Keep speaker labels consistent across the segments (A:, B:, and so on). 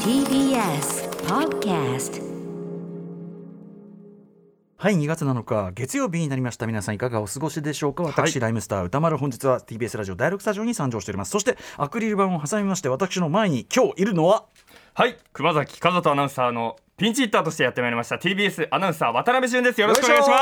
A: TBS Podcast
B: はい2月7日月曜日になりました皆さんいかがお過ごしでしょうか私、
C: はい
B: ライムスター歌丸本日は TBS ラジオ第6スタジオに参上しておりますそしてアクリル板を挟みまして私の前に今日いるのは
C: はい熊崎和人アナウンサーのピンチヒッターとしてやってまいりました TBS アナウンサー渡辺俊ですよろしくお願いしま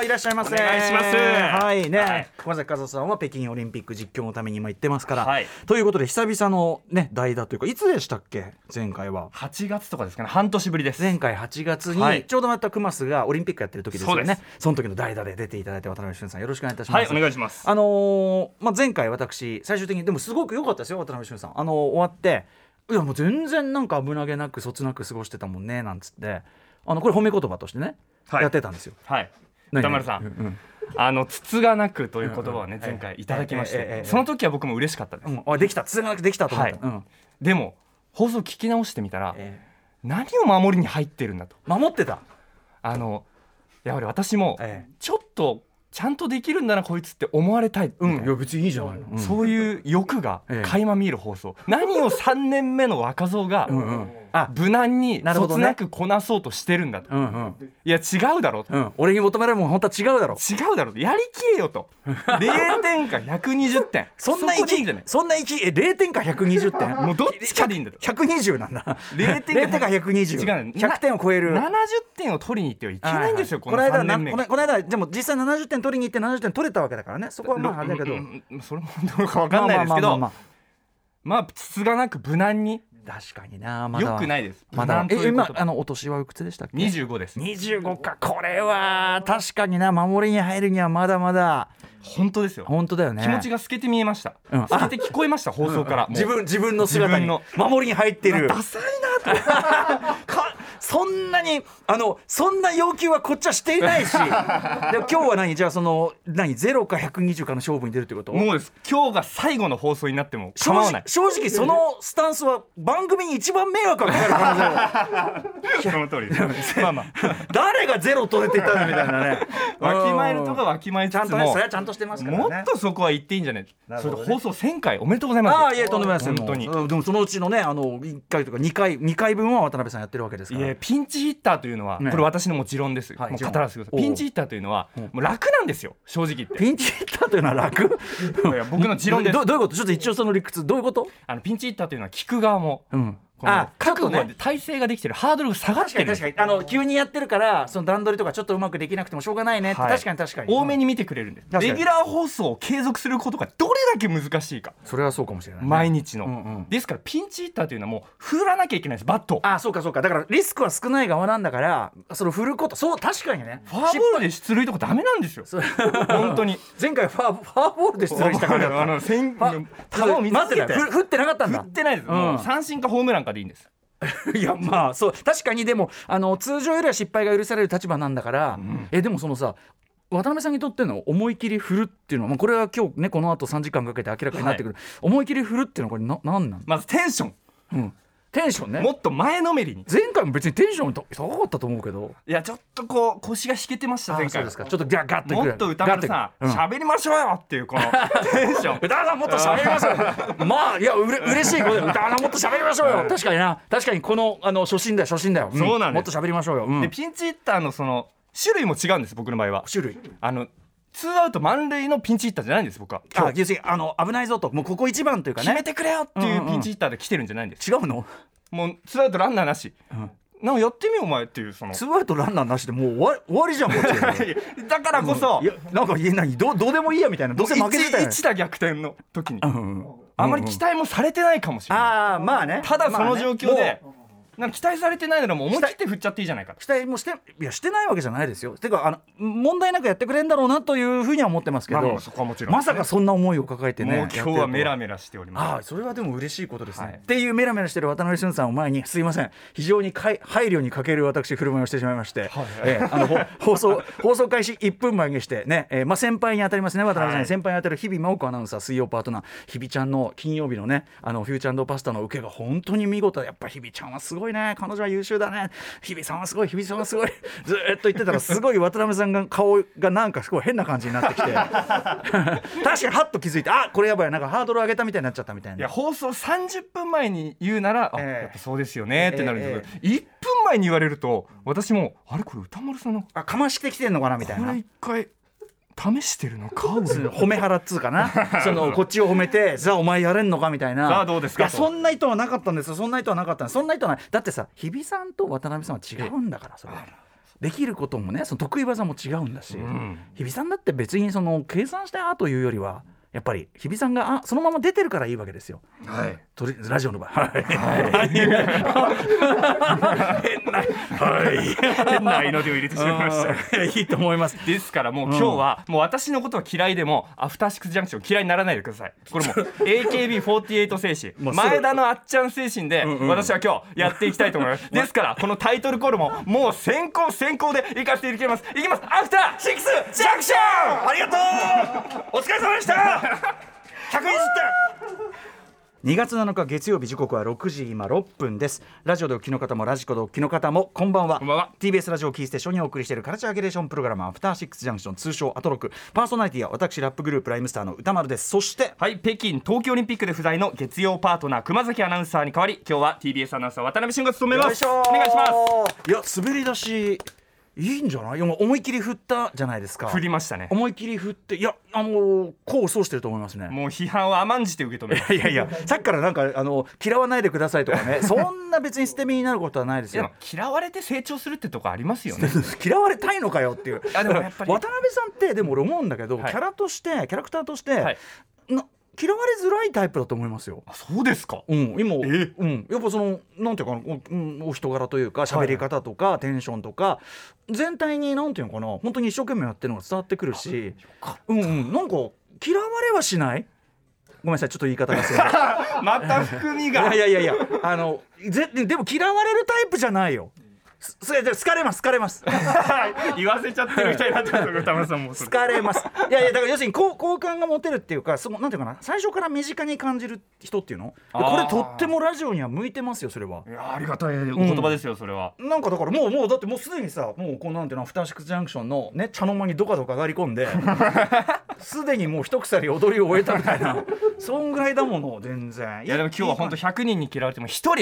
C: す
B: いらっしゃいませ
C: お願いします
B: はいね、
C: はい
B: 熊崎和人さんは北京オリンピック実況のために今行ってますから、
C: はい
B: ということで久々のね代打というかいつでしたっけ前回は
C: す8月とかですかね半年ぶりです
B: 前回8月に、
C: はい
B: ちょうどまたクマスがオリンピックやってる時ですよね
C: そうで
B: その時の代打で出ていただいて渡辺俊さんよろしくお願いいたします、
C: はいお願いします
B: あのーまあ、前回私最終的にでもすごく良かったですよ渡辺俊さん、あのー終わっていやもう全然なんか危なげなくそつなく過ごしてたもんねなんつってあのこれ褒め言葉としてね、
C: はい
B: やってたんですよ。
C: はい
B: 何
C: 歌丸さ
B: う
C: ん、
B: うん
C: あの筒がなくという言葉を
B: うん
C: ね
B: うん
C: 前回いただきまし
B: えええええ
C: て
B: え
C: その時は僕も嬉しかったです、
B: うんあできたつながなくできたと思った、
C: はい
B: うん
C: でも放送聞き直してみたら
B: え
C: 何を守りに入ってるんだと
B: ー守ってた、
C: あのやはり私も
B: え
C: ちょっとちゃんとできるんだなこいつって思われたいみたいな
B: 別にいいじゃないの、そう
C: そういう欲が
B: ええ
C: 垣間見える放送、何を3年目の若造が
B: うんうんあ
C: 無難に
B: なるほ
C: そ
B: ど
C: つ
B: ね
C: なくこなそうとしてるんだと、
B: うんうん
C: いや違うだろと、
B: うん俺に求められるもん本当は違うだろ
C: 違うだろとやりきれよと0点か120点
B: そんな
C: こでいい
B: 息
C: んじゃない
B: そんな息え0点か120点
C: もうどっちかでいいんだと
B: 120なんだ
C: 0
B: 0点か120
C: 違うね
B: 100点を超える
C: 70点を取りに行ってはいけないんですよ、
B: ははこ
C: この3
B: の間
C: 年
B: な
C: 目
B: この
C: が。
B: この間でも実際70点取りに行って70点取れたわけだからねそこはまああれだけど
C: うんうんうんそれもどうかわかんないですけ
B: まあ
C: ど
B: まあまあま
C: まあつつがなく無難に
B: あ確かになまだ
C: 良くないです
B: ま
C: 無
B: だ
C: 難と
B: え
C: いうこ
B: 今
C: と
B: あのお年はおいくつでしたっけ
C: 25です
B: 25かこれは確かにな守りに入るにはまだまだ
C: 本当ですよ
B: 本当だよね
C: 気持ちが透けて見えました、
B: うん
C: 透けて聞こえました放送から、もう
B: 自分自分の姿に
C: 自
B: 守りに入ってる
C: ダサいなと
B: かそんなにあのそんな要求はこっちはしていない しでも今日は何じゃあその何ゼロか120かの勝負に出るってこと
C: もうです今日が最後の放送になっても
B: 正
C: 構わな
B: 直
C: い
B: 正直そのスタンスは番組に一番迷惑がかかる可能性がある
C: その通り ですまあまあ
B: 誰がゼロ取れていったんだみたいなね
C: わきまえるとかわきまえつ
B: ちゃん
C: つ
B: とね
C: も
B: それはちゃんとしてますからね
C: もっとそこは言っていいんじゃない
B: なる
C: そ
B: ほ
C: れ
B: ど
C: と
B: ね
C: 放送1000回おめでとうございます
B: ああいえとんでもないですよ
C: 本当に
B: もうでもそのうちのねあの1回とか2回二回分は渡辺さんやってるわけですか
C: い
B: ら
C: えピンチヒッターというのは、
B: ね
C: これ私のもちろんです、
B: はい
C: もう
B: 持論
C: 語らせてくだ
B: お
C: さ
B: う
C: いピンチヒッターというのは、もう楽なんですよ正直言って
B: ピンチヒッターというのは楽
C: いや僕の持論です
B: どどういうことちょっと一応その理屈どういうこと
C: あのピンチヒッターというのは聞く側も、
B: うん
C: この
B: あ
C: 覚悟
B: ちょっと
C: で体制ができてるハードルが下がっ
B: 確
C: て
B: か
C: る
B: に確かにあの急にやってるからその段取りとかちょっとうまくできなくてもしょうがないねって、
C: はい
B: 確かに確かに
C: 多めに見てくれるんです、
B: 確かに
C: レギュラー放送を継続することがどれだけ難しいか
B: それはそうかもしれない、
C: 毎日の、
B: うんうん
C: ですからピンチヒッターというのはもう振らなきゃいけないんですバットを
B: あそうかそうかだからリスクは少ない側なんだからその振ることそう確かにね
C: フォアボールで出塁とかダメなんですよ 本当に
B: 前回ファーファーボールで出塁したから
C: あの先
B: あ
C: 球を見つけて
B: 待ってたよふ振ってなかったん
C: 振
B: だ
C: ってないです、
B: うん
C: もう三振かホームランかでいいんです
B: いやまあそう確かにでもあの通常よりは失敗が許される立場なんだから、えでもそのさ渡辺さんにとっての思い切り振るっていうのは、まあ、これは今日ねこの後3時間かけて明らかになってくる、思い切り振るっていうのはこれななんなん、
C: まずテンション
B: うん、テンションね
C: もっと前のめりに
B: 前回も別にテンションと高かったと思うけど
C: いやちょっとこう腰が引けてました前
B: そう
C: 回
B: ですかちょっとガガッといく
C: もっと歌
B: ガッ
C: 丸
B: といく
C: さん
B: うん
C: 喋、りましょうよっていうこのテンショ ン
B: 歌丸さんもっと喋りまし ょうよまあいやうれ嬉しいことで歌丸さんもっと喋りましょうよ 確かにな確かにこのあの初心だよ初心だよ、
C: そうな
B: も
C: んで
B: っと
C: す
B: 喋りましょうよ、うん
C: でピンチヒッターのその種類も違うんです僕の場合は
B: 種類
C: あのツーアウト満塁のピンチヒッターじゃないんです僕は
B: あ要するにあの危ないぞともうここ一番というか
C: 決め
B: ね
C: てくれよっていうピンチヒッターで来てるんじゃないんです、
B: 違うの
C: もうツーアウトランナーなし、なんかやってみようお前っていうその
B: ツーアウトランナーなしでもう終わ終わりじゃんこっち
C: だからこそ、
B: いやなんか言えないどうどうでもいいやみたいなどうせ負けてたよ、ね
C: 一、打逆転の時に、
B: うんうん
C: あまり期待もされてないかもしれない、
B: ああまあね
C: ただそ
B: まあ
C: の
B: ね
C: 状況
B: も
C: で
B: う、
C: なんか期待されてないならもう思い切って振っちゃっていいじゃないかと
B: 期待もしていやしてないわけじゃないですよ。てかあの問題なくやってくれんだろうなというふうには思ってますけど、
C: まあまあそこはもちろん
B: まさかそんな思いを抱えてね
C: もう今日はメラ
B: メ
C: メラしており
B: あ
C: ま
B: あそれはでも嬉しいことですね、
C: はい
B: っていうメラメラしてる渡辺俊さんを前にすいません非常にかい配慮に欠ける私振る舞いをしてしまいまして、ええあ のほ放送放送開始1分前にしてね、えーまあ、先輩に当たりますね渡辺さんに、
C: はい
B: 先輩に当たる日々真央子アナウンサー水曜パートナー日々ちゃんの金曜日のねあのフューチャーパスタの受けが本当に見事だやっぱ日々ちゃんはすごいごいね彼女は優秀だね日比さんはすごい日比さんはすごいずーっと言ってたらすごい渡辺さんが顔がなんかすごい変な感じになって きて確かにハッと気づいてあこれやばいなんかハードル上げたみたいになっちゃったみたい
C: いや
B: な。
C: 放送30分前に言うなら、あ
B: ええ
C: やっぱそうですよねってなるんですけど、1分前に言われると私もあれこれ歌丸さんのこ
B: あかましてきてんのかなみたいな
C: れ一回試してるのか俺
B: 褒め腹っつうか なそのこっちを褒めて「さあお前やれんのか」みたいな
C: さあどうですか
B: いや
C: と
B: そんな意図はなかったんですよそんな意図はなかったんですそんな意図はないだってさ日比さんと渡辺さんは違うんだからそれはできることもねその得意技も違うんだし、
C: ん
B: 日比さんだって別にその計算してあというよりはやっぱり日比さんがあそのまま出てるからいいわけですよ。
C: はい
B: とりラジオの場合、はい、 はい、変
C: 変な愛の手を入れてしまいました
B: な、はい、いいと思います。
C: ですからもう今日はもう私のことは嫌いでもアフターシックスジャンクション嫌いにならないでくださいこれ もう AKB48 精
B: もう
C: 神
B: それ
C: 前田のあっちゃん精神で私は今日やっていきたいと思い ますですからこのタイトルコールももう先行先行でいかせていただきますいきますアフターシックスジャンクションありがとうお疲れ様でした120点
B: 2月7日月曜日時刻は6時今6分ですラジオでお聞きの方もラジコでお聞きの方もこんばんは
C: こんばんは
B: TBS ラジオをキーステーションにお送りしているカルチャーゲレーションプログラムアフターシックスジャンクション通称アトロクパーソナリティは私ラップグループライムスターの歌丸ですそして
C: はい北京東京オリンピックで不在の月曜パートナー熊崎アナウンサーに代わり今日は TBS アナウンサー渡辺俊が務めますお願いします
B: いや滑り出しいいんじゃないいやもう思い切り振ったじゃないですか
C: 振りましたね
B: 思い切り振っていやあの功を奏してると思いますね
C: もう批判を甘んじて受け止める
B: いやいやさっきからなんかあの嫌わないでくださいとかねそんな別に捨て身になることはないです
C: でも
B: よ
C: 嫌われて成長するってとこあります よね。
B: 嫌われたいのかよっていう
C: あでもやっぱり
B: 渡辺さんってでも俺思うんだけど、
C: はい
B: キャラとしてキャラクターとして、
C: はい
B: な嫌われづらいタイプだと思いますよ。
C: あそうですか。
B: うん、今、う
C: え
B: ん、やっぱそのなんていうかなお,、うん、お人柄というか喋り方とか、テンションとか全体になんていうのかな本当に一生懸命やってるのが伝わってくるしうんうんなんか嫌われはしないごめん なさいちょっと言い方がすいません
C: また含みが。
B: いやいやいやいやあのぜでも嫌われるタイプじゃないよすす好かれます好かれます
C: 言わせちゃってるみたいになってますよ。田村さんもそれ。
B: 疲れますいやいやだから要するに好好感が持てるっていうかそのなんていうかな最初から身近に感じる人っていうのでこ
C: あ
B: れ
C: ー
B: とってもラジオには向いてますよそれはい
C: やありがたいお言葉ですよそれは。
B: なんかだからもうもうだってもうすでにさもうこうなんていうのアフターシックスジャンクションのね茶の間にどかどか上がり込ん ですでにもう一鎖踊りを終えたみたいなそんぐらいだもの全然
C: いやでも今日は本当100人に嫌われても1人。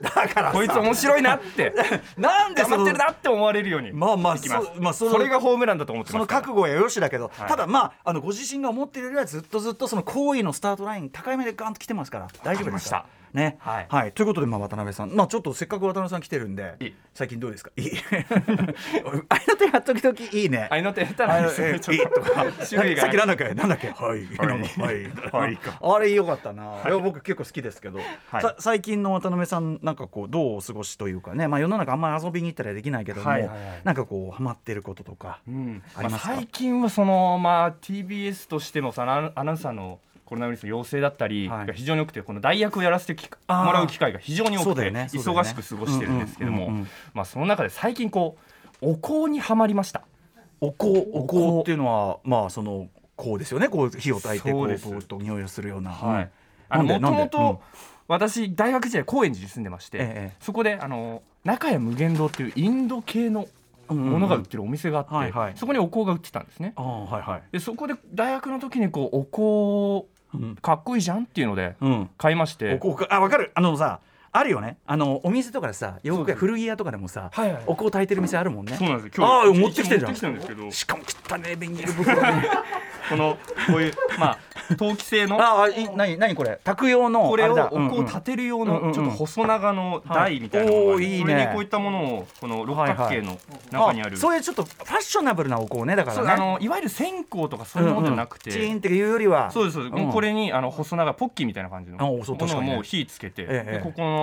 C: だからこいつ面白いなって。
B: なんでそ
C: 黙
B: の
C: ってるなって思われるように。
B: まあまあ
C: いきます
B: そうまあそ
C: そ
B: の
C: れがホームランだと思って
B: そ
C: ま
B: の
C: すから。
B: 覚悟はよろしだけど、
C: い
B: ただまああのご自身が思っているよりはずっとずっとその行為のスタートライン高めでガンと来てますから大丈夫ですから
C: わかりまし
B: ね
C: はい
B: ということでまあ渡辺さん、まあ、ちょっとせっかく渡辺さん来てるんで
C: いい
B: 最近どうですかいい あいの手が時々いいね
C: あいの手下手
B: あ
C: なん
B: の
C: です
B: え
C: ね。
B: い
C: ちょっと
B: とか
C: 種類が
B: さっきなんだっけなんだっけはいなんかはい
C: はい
B: あれ良かったな、いや僕結構好きですけど、
C: はい
B: さ最近の渡辺さんなんかこうどうお過ごしというかねまあ世の中あんまり遊びに行ったりはできないけども、
C: はいはいはい
B: なんかこうハマってることとか、
C: うん
B: ありますか
C: まあ最近はその、まあ、TBS としてもそのアナアナウンサーのコロナウイルスの陽性だったり
B: はい
C: が非常に多くて、この代役をやらせてき
B: あー
C: もらう機会が非常に多
B: そう
C: く
B: だ
C: て、
B: よねそうだよね
C: 忙しく過ごしてるんですけども、
B: うんうんうんうん
C: まあ、その中で最近こうお香にはまりました。
B: お香お香っていうのはまあその香ですよねこう火を焚いてこ
C: そう
B: う
C: です
B: ぼーっと匂いをするような、
C: はい
B: うん
C: あ
B: なんで
C: のもとも
B: なんでうん
C: と私大学時代高円寺に住んでまして、
B: ええ
C: そこであの中屋無限堂っていうインド系のものが売ってるお店があって、
B: うんうんうんはいはい
C: そこにお香が売ってたんですね。
B: ああはいはい
C: でそこで大学の時にこうお
B: うん
C: 香かっこいいじゃんっていうので
B: うん
C: 買いまして、
B: お香かあわかるあのさあるよねあのお店とかでさ洋服
C: そう
B: や
C: そう
B: 古着屋とかでもさ、
C: はいはい
B: お香焚いてる店あるもんね
C: そうなんですよ。
B: ああ
C: 今日
B: 持ってきてるじゃん
C: 持ってきたんですけど、
B: しかも汚ねえビニール袋に
C: このこういうまあ陶器製の
B: ああい何何これ卓用の
C: これを
B: あだ
C: お香を立てる用の
B: うんうん
C: ちょっと細長の台みたいな
B: はい
C: のが
B: お
C: あ
B: ー
C: る
B: いいね
C: それにこういったものをこの六角形の中にある。
B: そういうちょっとファッショナブルなお香ねだか
C: そう
B: ら
C: あ
B: ね
C: のいわゆる線香とかそういうものじゃなくて、
B: チーンっていうよりは
C: そうですそうです、もう
B: うん
C: これにあの細長いポッキーみたいな感じの
B: あ
C: も
B: そう確
C: の
B: か
C: を
B: にね
C: もう火つけて、
B: ええ
C: でここの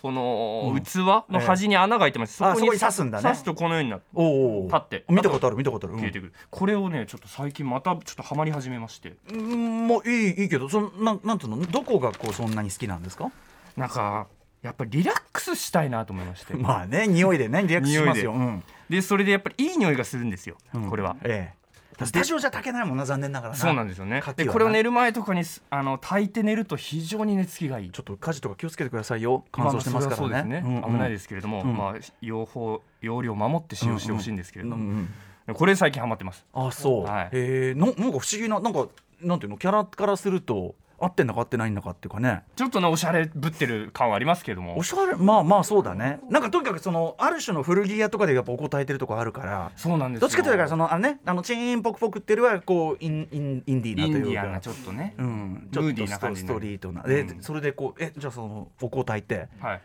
C: こ
B: う
C: の
B: ん
C: 器の端に穴が開いてます、
B: あそこに刺すんだね
C: 刺すとこのようになって
B: おうおう
C: 立って
B: 見たことある見たことある、うん
C: 消えてくる、これをねちょっと最近またちょっとハマり始めまして
B: うんもういいいいけどそのなんなんていうのどこがこうそんなに好きなんですか
C: なんかやっぱりリラックスしたいなと思いまして
B: まあ ね匂いでねリラックスしますよ、
C: 匂
B: うん
C: でそれでやっぱりいい匂いがするんですよ、
B: うん
C: これは
B: ええスタジオじゃ炊けないもんな残念ながら
C: そうなんですよね
B: 牡蠣は
C: で
B: な
C: これを寝る前とかにすあの炊いて寝ると非常に寝つきがいい
B: ちょっと火事とか気をつけてくださいよ乾燥してますか
C: まあそれは
B: ら
C: そうで
B: ね
C: すね危ないですすけれども、
B: ん
C: まあ用法用量を守って使用してほしいんですけれども、
B: ん
C: これ最近ハマってます
B: あそう、
C: はい
B: えーのなんか不思議ななんかなんていうのキャラからすると合ってんだか合ってないんだかっていうかね
C: ちょっとねおしゃれぶってる感はありますけれども
B: おしゃれまあまあそうだねなんかとにかくそのある種の古着屋とかでやっぱお答えてるとこあるから
C: そうなんですよ
B: どっちかというとだからそのあのねあのチーンポクポクっていうよりはこうインインインディーな
C: イン
B: と
C: デ
B: いうか
C: ィアンなちょっとね、
B: うん、
C: ムーディーな感じ
B: ス
C: にな
B: ト
C: る
B: リートな、で
C: うん
B: それでこうえじゃあそのお香炊いて
C: はい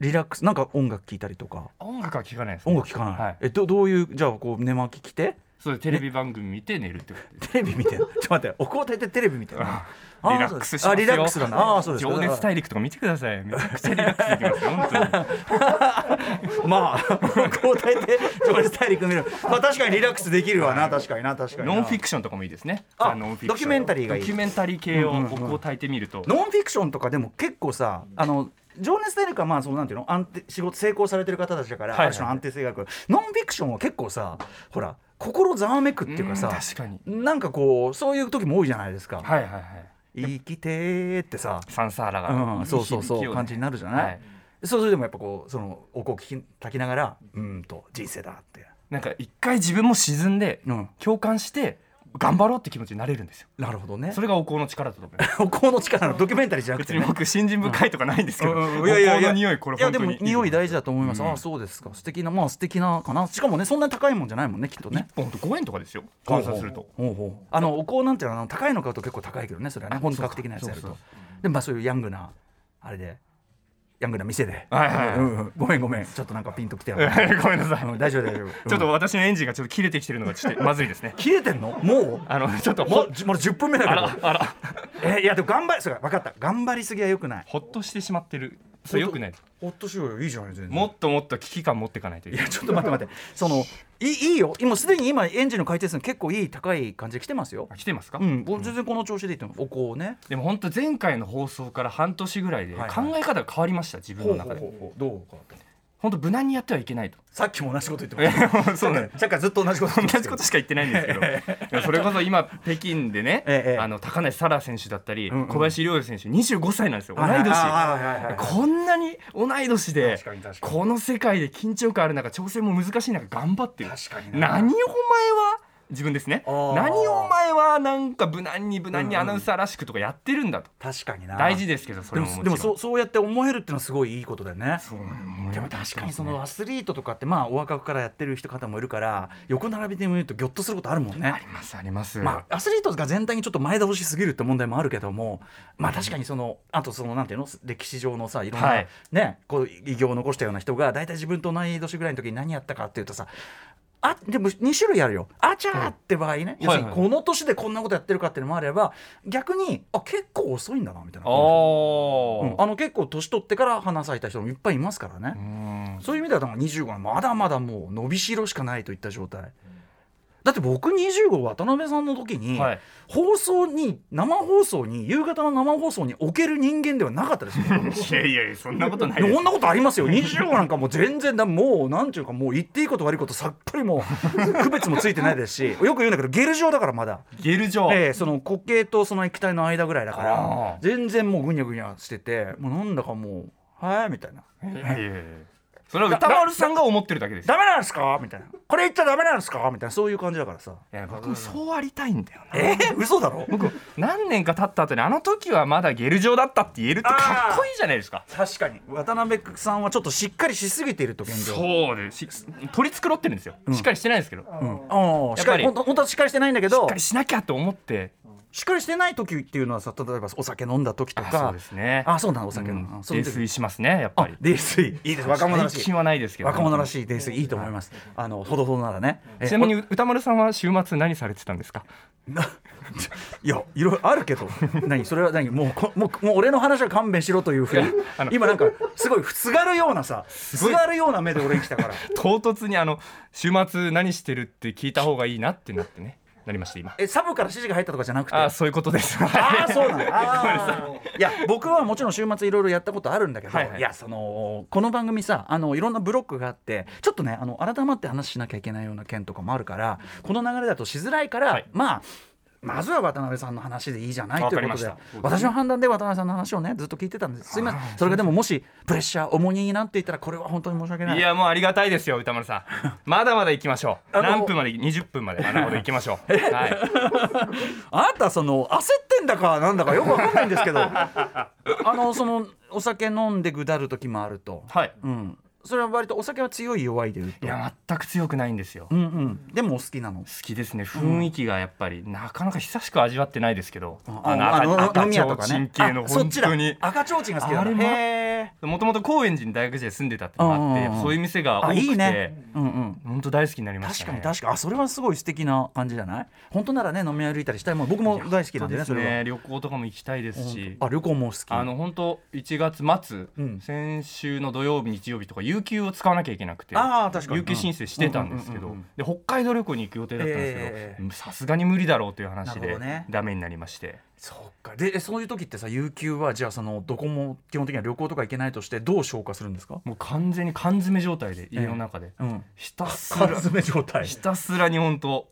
B: リラックスなんか音楽聴いたりとか
C: 音楽は聴かないです、ね、
B: 音楽聴かない、
C: はい
B: えどどういうじゃあこう寝巻き着て
C: そうテレビ番組見て寝るってことです
B: テレビ見て んのちょっと待ってお香炊いてテレビ 見てんのあー
C: リラックスしますよ
B: あリラックスだなあーそうですか
C: 情熱大陸とか見てくださいめちゃくちゃリラックスできますよ本当に
B: まあ 交代で情熱大陸見るまあ確かにリラックスできるわな確かにな確かにな
C: ノンフィクションとかもいいですね。
B: あ
C: ザノンフィクショ
B: ドキュメンタリーがいい
C: ドキュメンタリー系をこう焚いてみると。
B: ノンフィクションとかでも結構さあの情熱大陸はまあそのなんていうの安定仕事成功されてる方たちだから、
C: はいはい
B: ある種の安定性があるからノンフィクションは結構さほら心ざわめくっていうかさ
C: うん確かに。
B: なんかこうそういう時も多いじゃないですか
C: はいはいはい。
B: 「生きて」ってさ、
C: サンサーラが、
B: うん、そうそうそう、
C: いい響きをね
B: 感じになるじゃない、
C: はい
B: そうそれでもやっぱこうそのお香を聞き炊きながら「うーんと人生だ」って
C: なんか一回自分も沈んで
B: うん
C: 共感して頑張ろうって気持ちになれるんですよ。
B: なるほどね
C: それがお香の力だと思います。
B: お香の力のドキュメンタリーじゃなく
C: 別
B: て、
C: に
B: ね、
C: 僕信心深いとかないんですけど、お
B: いやいや
C: 香
B: いや
C: の匂いこれ
B: いや
C: 本
B: で
C: 当
B: も
C: に
B: 匂い大事だと思います、
C: うん
B: ああそうですか素敵なまあ素敵なかなしかもねそんなに高いもんじゃないもんねきっとね
C: 一本ほんと5円とかですよ。換算すると。
B: ほうほうあのお香なんていうのはあの高いの買うと結構高いけどねそれはね本格的なやつやる
C: そう
B: と
C: か
B: でまあそういうヤングなあれでヤングな店で、
C: はいはいはい
B: うんうんごめんごめんちょっとなんかピンときてなかった
C: ごめんなさい。
B: うん大丈夫大丈夫
C: ちょっ
B: う
C: と
B: ん。
C: 私のエンジンがちょっと切れてきてるのがちょっとまずいですね
B: 切れてんのもう
C: あのちょっと
B: も
C: ほ
B: うじまだ10分目だけ
C: あ
B: ど
C: らあら
B: えいやでも頑張りそうか分かった頑張りすぎはよくない
C: ほっとしてしまってる。それよくない。
B: ほっとしようよいいじゃない全然
C: もっともっと危機感持っていかないとい
B: い
C: けな
B: や
C: い。
B: ちょっと待って待ってそのいいいいよ今すでに今エンジンの回転数結構いい高い感じで来てますよ
C: あ来てますか、
B: うんもう全然この調子でいいと思うお香をね
C: でも本当前回の放送から半年ぐらいで
B: はいはい
C: 考え方が変わりました、自分の中で
B: どうか
C: 本当無難にやってはいけ ないと
B: さっきも同じこと言ってまし
C: そうね
B: たさっきからずっと同じこと
C: 同じことしか言ってないんです けどいやそれこそ今北京でね、
B: ええええ
C: あの高梨沙羅選手だったり、
B: んうん
C: 小林陵侑選手25歳なんですよ同
B: はいい
C: 年
B: はいはいはいはい
C: こんなに同い年で
B: 確かに確かに
C: この世界で緊張感ある中調整も難しい中頑張ってる
B: 確かにな
C: 何をお前は自分ですね
B: あー
C: 何をお前はなんか無難に無難にアナウンサーらしくとかやってるんだと、
B: 確かにな
C: 大事ですけどそ
B: で
C: れも
B: も
C: もちろん
B: でもそうそうやって思えるっていうのはすごいいいことだよね
C: そうね
B: でも確かにそのアスリートとかってまあお若くからやってる人方もいるから横並びで見るとギョッとすることあるもんね
C: ありますあります、
B: まあ、アスリートが全体にちょっと前倒しすぎるって問題もあるけども、まあ、確かにそのあとそのなんていうの歴史上のさいろんな、
C: はい
B: ね、こう偉業を残したような人が大体自分と同い年ぐらいの時に何やったかっていうとさあでも2種類あるよあちゃーって場合ね、要するに
C: はいは
B: この年でこんなことやってるかっていうのもあれば逆にあ結構遅いんだなみたいな、
C: お
B: うん
C: ー
B: あの結構年取ってから花咲いた人もいっぱいいますからね。
C: うん
B: そういう意味ではだから25はまだまだもう伸びしろしかないといった状態。だって僕25渡辺さんの時に、
C: はい
B: 放送に生放送に夕方の生放送における人間ではなかったですよ。
C: いやいやいやそんなことない
B: で
C: です
B: こんなことありますよ25なんかもう全然だもうなんていうかもう言っていいこと悪いことさっぱりもう区別もついてないですし よく言うんだけどゲル状だからまだ、
C: ゲル状、
B: ええその固形とその液体の間ぐらいだか
C: あ
B: ら
C: ー
B: 全然もうぐにゃぐにゃしててもうなんだかもう「はい」みたいな
C: えいやいやいやそれは歌丸さんが思ってるだけですよ
B: ダメなんですかみたいな。これ言っちゃダメなんですかみたいな、そういう感じだからさ。
C: いや僕もそうありたいんだよな
B: えー、嘘だろ
C: 僕何年か経った後にあの時はまだゲル状だったって言えるってかっこいいじゃないですか
B: 確かに。渡辺さんはちょっとしっかりしすぎていると、現状。
C: そうですし取り繕ってるんですよ、しっかりしてないですけど、しっ
B: うん。しっかり、
C: やっぱ
B: 本
C: り
B: 当本当はしっかりしてないんだけど
C: か、りしなきゃと思って
B: しっかりしてない時っていうのはさ、例えばお酒飲んだ時と
C: あそ
B: か
C: うで。すね
B: あ、そうなの、お酒
C: う
B: 飲んだ。
C: ん
B: あその
C: 泥
B: 時
C: 酔しますねやっぱ
B: あ
C: り、
B: 泥酔。いいです。若者ら
C: 最
B: しい
C: 近。はないですけど
B: 若者ら
C: い
B: しい泥酔、いいと思います。あの、ほどほどならね。え
C: ちなみに歌丸さんは週末何されてたんですか
B: いやいろいろあるけど何それは何もうこもうもう俺の話は勘弁しろというふうに
C: あの
B: 今なんかすごいすがるようなさす
C: ごい
B: がるような目で俺に来たから
C: 唐突にあの週末何してるって聞いた方がいいなってなってねなりました今
B: えサブから指示が入ったとかじゃなくて
C: あーそういうことです
B: ああそうな ん
C: はい
B: だあーいや僕はもちろん週末いろいろやったことあるんだけど、
C: はい
B: い
C: はい
B: やそのこの番組さあのいろんなブロックがあってちょっとねあの改まって話しなきゃいけないような件とかもあるからこの流れだとしづらいから、
C: はい
B: まあまずは渡辺さんの話でいいじゃない
C: わ
B: とい
C: か
B: う
C: り
B: こ
C: ま
B: と
C: し
B: で
C: た
B: 私の判断で渡辺さんの話をねずっと聞いてたんですすいませんそれがでももしプレッシャー重荷になっていたらこれは本当に申し訳ない
C: いやもうありがたいですよ歌 丸さんまだまだ行きましょう
B: あの
C: 何分まで20分までなるほど行きましょ うはい
B: あなたその焦ってんだかなんだかよくわかんないんですけど あのそのお酒飲んでぐだる時もあると、
C: はい
B: うん、それは割とお酒は強い弱いで言う
C: い
B: と
C: や全く強くないんですよ
B: う
C: 好
B: んうんでもお好きなの
C: きですね雰囲気がやっぱりなかなか久しく味わってないですけど
B: あのあの
C: 赤
B: 飲み
C: ち
B: 屋
C: ょ
B: と
C: う
B: か
C: ちん
B: ね
C: 系の
B: あそっ
C: 本
B: ちだ
C: 当に
B: 赤ちょうちんが好きだ
C: あれももともと高円寺に大学時代住んでたってのもあ
B: うんうん
C: っ
B: うん
C: てそういう店が多
B: あ
C: く
B: いい
C: て
B: ねうんうん
C: 本当大好きになりまし
B: 確
C: た
B: かに
C: ね
B: 確かにあそれはすごい素敵な感じじゃない本当ならね飲み歩いたりしたいもん僕も大好きなんでねそ
C: そうで
B: れ
C: す
B: は
C: ね旅行とかも行きたいですし
B: あ旅行も好き
C: あの本当1月末、
B: うん
C: 先週の土曜日日曜日とか有給を使わなきゃいけなくて
B: あー確かに
C: 有給申請してたんですけ
B: うんう
C: ど
B: んうん
C: で北海道旅行に行く予定だったんですけど
B: ええ
C: うんさすがに無理だろうという話
B: なる
C: で、
B: ほどね
C: ダメになりまして
B: そっかでえそういう時ってさ有給はじゃあそのどこも基本的には旅行とか行けないとしてどう消化するんですか
C: もう完全に缶詰状態で家の中で、
B: うん
C: ひたす
B: 缶
C: ら
B: 詰状態
C: ひたすらに本当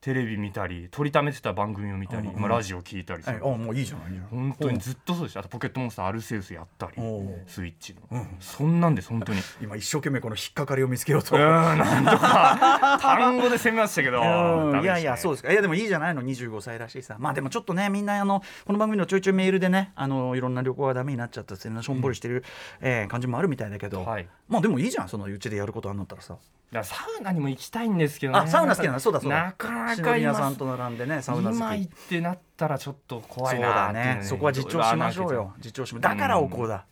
C: テレビ見たり撮りためてた番組を見たり、
B: うんうん
C: まあ、ラジオ聞いたりす
B: え
C: る
B: あもういいじゃないいいじゃん
C: 本当にずっとそうでしたあとポケットモンスターアルセウスやったり
B: おう
C: スイッチの、
B: うん
C: そんなんです本当に。
B: 今一生懸命この引っかかりを見つけようと
C: うーんなんとか単語で攻めましたけ ど、
B: うんいやいやそう
C: う
B: ですかいやでもいいじゃないの25歳らしいさまあでもちょっとねみんなあのこの番組のちょいちょいメールでねあのいろんな旅行がダメになっちゃったっていうのはしょんぼりしてる、えー感じもあるみたいだけど、
C: はい
B: まあでもいいじゃんそのうちでやることあんだったらさ、
C: サウナにも行きたいんですけどね
B: あサウナ好きなのそうだそうだ
C: なかな
B: シ
C: か
B: ノリ
C: 今
B: さんと並んでねサウナ好き
C: 今行ってなったらちょっと怖
B: そ
C: いうな
B: だ
C: ーってい
B: ねそこは実調しましょうよ実調しまだからおこうだ、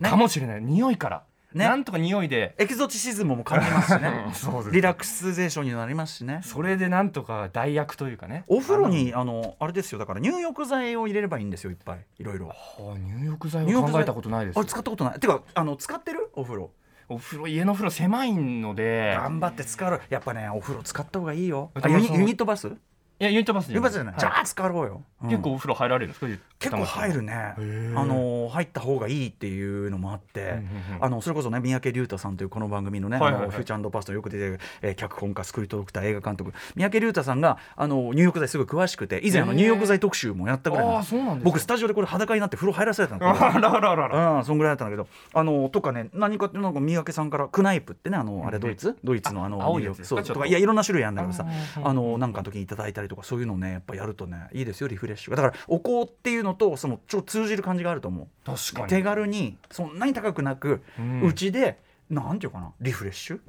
B: ね
C: かもしれない匂いから、
B: ね
C: なんとか匂いで
B: エキゾチシズムも感じますしね
C: そうですね
B: リラクゼーションになりますしね
C: それでなんとか代役というかね
B: お風呂にあのあれですよだから入浴剤を入れればいいんですよいっぱいいろいろ
C: あのはあ入浴剤
B: 入
C: を
B: 浴剤
C: 考えたことないです
B: あれ使ったことないてかあの使ってるお風呂
C: お風呂家のお風呂狭いので
B: 頑張って使うやっぱねお風呂使った方がいいよあ
C: でも
B: ユニ
C: その
B: ユニットバスユ
C: いやユニットバスじ
B: ニッ
C: ゃ
B: ト
C: な
B: バ
C: い
B: スじゃない、じゃ
C: はい
B: あ使おうよ、うん
C: 結構お風呂入られるんですか
B: 結構入るねあ
C: へえ
B: の入った方がいいっていうのもあって、
C: んうんうん
B: あのそれこそね三宅龍太さんというこの番組のね「
C: はいはいはい
B: あのフューチャーパスト」よく出てる、えー脚本家スクリートドクター映画監督三宅龍太さんがあの入浴剤すごい詳しくて以前あの
C: へえ
B: 入浴剤特集もやったぐらい
C: あ
B: の
C: あそうなんですか
B: 僕スタジオでこれ裸になって風呂入らされたのこれ
C: あらあらあらあら
B: うん、そんぐらいだったんだけど、あのとかね、何かってなんか三宅さんからクナイプってね、あのあれドイツ、ドイツのあの
C: 青いやつ
B: そう
C: ちょっと
B: とかいやいろんな種類あるんだけどさ
C: あ、ー
B: あのなんかの時にいただいたりとかそういうのね、やっぱやるとね、いいですよリフレッシュが。だからお香っていうのとそのちょっと通じる感じがあると思う。
C: 確かに
B: 手軽にそんなに高くなく、
C: うん
B: うち、でなんていうかなリフレッシュ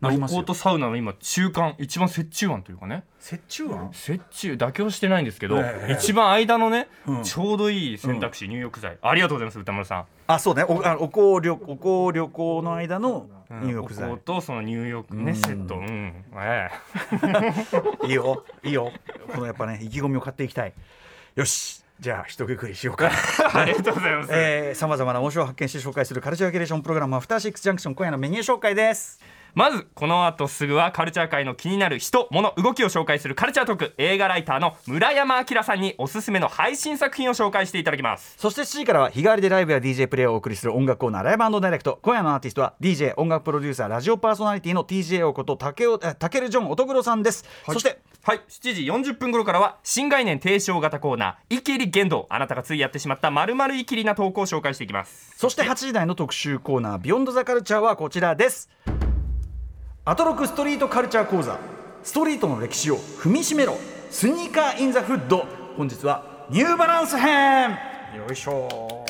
B: なります
C: 旅
B: よ
C: 行。とサウナの今中間一番折衷案というかね
B: 折衷案。
C: 折衷妥協してないんですけど、
B: ええ
C: 一番間のね、
B: うん
C: ちょうどいい選択肢、入浴剤ありがとうございます歌丸さん
B: あ、そうね。おあお香旅お香旅行の間の入浴剤。
C: お香とその入浴ね、
B: うん
C: セットうん え
B: いいよ、いいよ。このやっぱね、意気込みを買っていきたい。よし、じゃあ、一くくりしよ うか。
C: えありがとうございます、
B: えー、さまざまな面白を発見して紹介するカルチャーキュレーションプログラム、アフターシックスジャンクション、今夜のメニュー紹介です。
C: まずこの後すぐはカルチャー界の気になる人物動きを紹介するカルチャートーク映画ライターの村山明さんにおすすめの配信作品を紹介していただきます
B: そして7時からは日替わりでライブや DJ プレイをお送りする音楽コーナーライブダイレクト今夜のアーティストは DJ 音楽プロデューサーラジオパーソナリティの TJO ことたけるジョン乙黒さんです、そして
C: はい7時40分頃からは新概念提唱型コーナー「イキリ言動」あなたがついやってしまったまるイキリな投稿を紹介していきます
B: そして8時台の特集コーナー「ビヨンドザカルチャーはこちらですアトロクストリートカルチャー講座ストリートの歴史を踏みしめろスニーカーインザフッド本日はニューバランス編よいしょ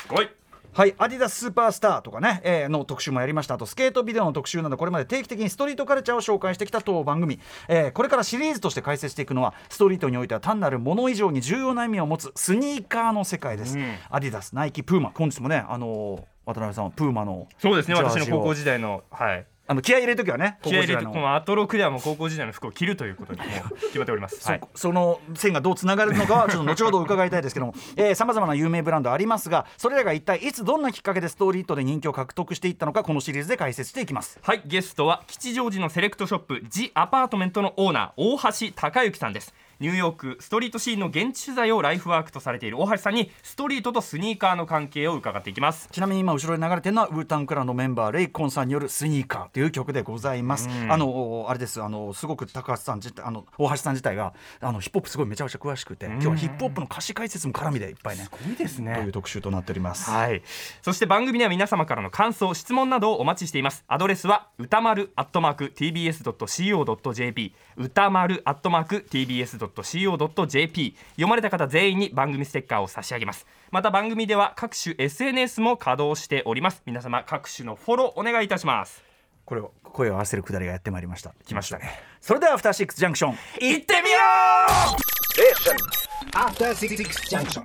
C: すごい
B: はい、アディダススーパースターとかね、えーの特集もやりましたあとスケートビデオの特集などこれまで定期的にストリートカルチャーを紹介してきた当番組、えーこれからシリーズとして解説していくのはストリートにおいては単なるもの以上に重要な意味を持つスニーカーの世界です、
C: うん
B: アディダスナイキプーマ本日もねあのー渡辺さんはプーマの
C: そうですね
B: ジャー
C: 私
B: ジを
C: の高校時代のはい
B: あの気合い入れる時はね
C: 気合い
B: 高校
C: 入れて
B: 時代の
C: もうアトロクではもう高校時代の服を着るということにもう決まっております
B: そ
C: はい
B: その線がどうつながるのか はちょっと後ほど伺いたいですけどもさまざまな有名ブランドありますがそれらが一体いつどんなきっかけでストリートで人気を獲得していったのかこのシリーズで解説していきます
C: はいゲストは吉祥寺のセレクトショップジアパートメントのオーナー大橋孝之さんですニューヨークストリートシーンの現地取材をライフワークとされている大橋さんにストリートとスニーカーの関係を伺っていきます
B: ちなみに今後ろに流れてるのはウータンクラブのメンバーレイコンさんによる「スニーカー」という曲でございます、あのあれですあのすごく高橋さん自体あの大橋さん自体があのヒップホップすごいめちゃくちゃ詳しくて、今日はヒップホップの歌詞解説も絡みでいっぱいね
C: いいですね
B: という特集となっております、
C: はい、そして番組では皆様からの感想質問などをお待ちしていますアドレスは歌丸アットマーク tbs.co.jp 歌丸アットマーク tbs.co.jp 読まれた方全員に番組ステッカーを差し上げますまた番組では各種 SNS も稼働しております皆様各種のフォローお願いいたします
B: これを声を合わせるくだりがやってまいりました
C: 来ましたね
B: それでは「アフターシックスジャンクション」
C: 行ってみよう
D: After Six Junction.